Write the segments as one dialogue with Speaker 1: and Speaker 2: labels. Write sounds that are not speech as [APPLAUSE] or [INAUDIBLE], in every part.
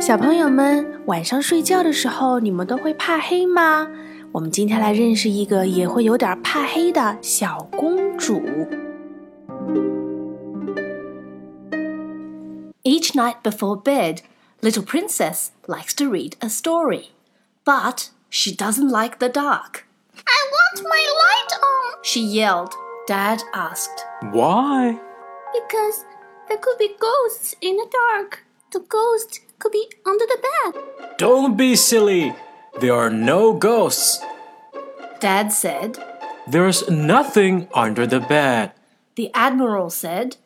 Speaker 1: 小朋友们，晚上睡觉的时候，你们都会怕黑吗？我们今天来认识一个也会有点怕黑的小公主。
Speaker 2: Each night before bed, Little Princess likes to read a story. But she doesn't like the dark.
Speaker 3: I want my light on
Speaker 2: She yelled. Dad asked,
Speaker 4: Why?
Speaker 3: because there could be ghosts in the dark. The ghost could be under the bed.
Speaker 4: Don't be silly. There are no ghosts.
Speaker 2: Dad said.
Speaker 4: There's nothing under the bed.
Speaker 2: The Admiral said,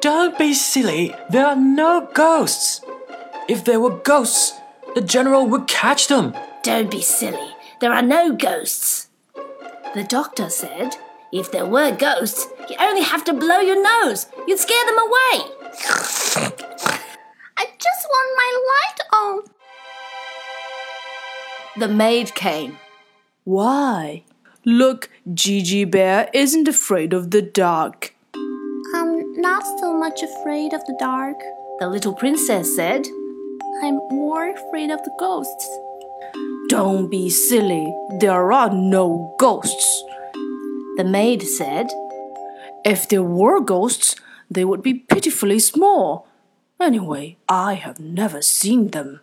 Speaker 4: Don't be silly. There are no ghosts. If there were ghosts, the general would catch them.
Speaker 2: Don't be silly. There are no ghosts. The doctor said, If there were ghosts, you only have to blow your nose. You'd scare them away.
Speaker 3: [LAUGHS] I just want my light on.
Speaker 2: The maid came.
Speaker 5: Why? Look, Gigi Bear isn't afraid of the dark.
Speaker 3: I'm not so much afraid of the dark.
Speaker 2: The little princess said,
Speaker 3: I'm more afraid of the ghosts.
Speaker 5: Don't be silly. There are no ghosts.
Speaker 2: The maid said,
Speaker 5: If there were ghosts, they would be pitifully small. Anyway, I have never seen them.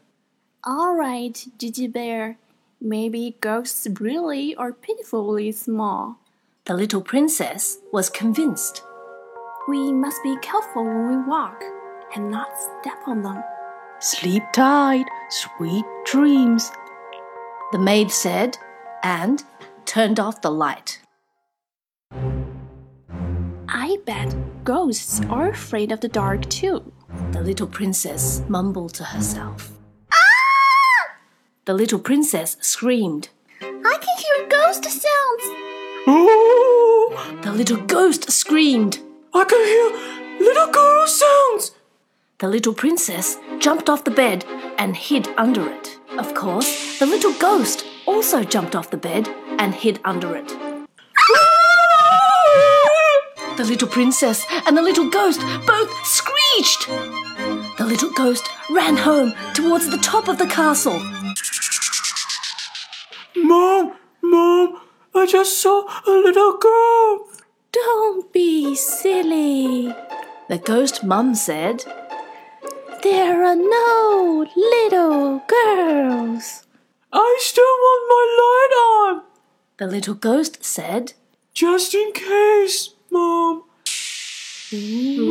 Speaker 3: All right, Gigi Bear. Maybe ghosts really are pitifully small.
Speaker 2: The little princess was convinced.
Speaker 3: We must be careful when we walk and not step on them.
Speaker 5: Sleep tight, sweet dreams.
Speaker 2: The maid said, and turned off the light.
Speaker 3: I bet ghosts are afraid of the dark too.
Speaker 2: The little princess mumbled to herself. The little princess screamed.
Speaker 3: I can hear ghost sounds.
Speaker 4: Ooh,
Speaker 2: The little ghost screamed.
Speaker 4: I can hear little girl sounds.
Speaker 2: The little princess jumped off the bed and hid under it. Of course, the little ghost also jumped off the bed and hid
Speaker 1: [LAUGHS]
Speaker 2: under it. the little princess and the little ghost both screeched. The little ghost ran home towards the top of the castle.
Speaker 4: Mom, mom, I just saw a little girl.
Speaker 2: Don't be silly, the ghost mum said.
Speaker 1: There are no little girls.
Speaker 4: I still want my light on,
Speaker 2: The little ghost said,
Speaker 4: just in case, mom.
Speaker 2: Ooh.
Speaker 4: [LAUGHS]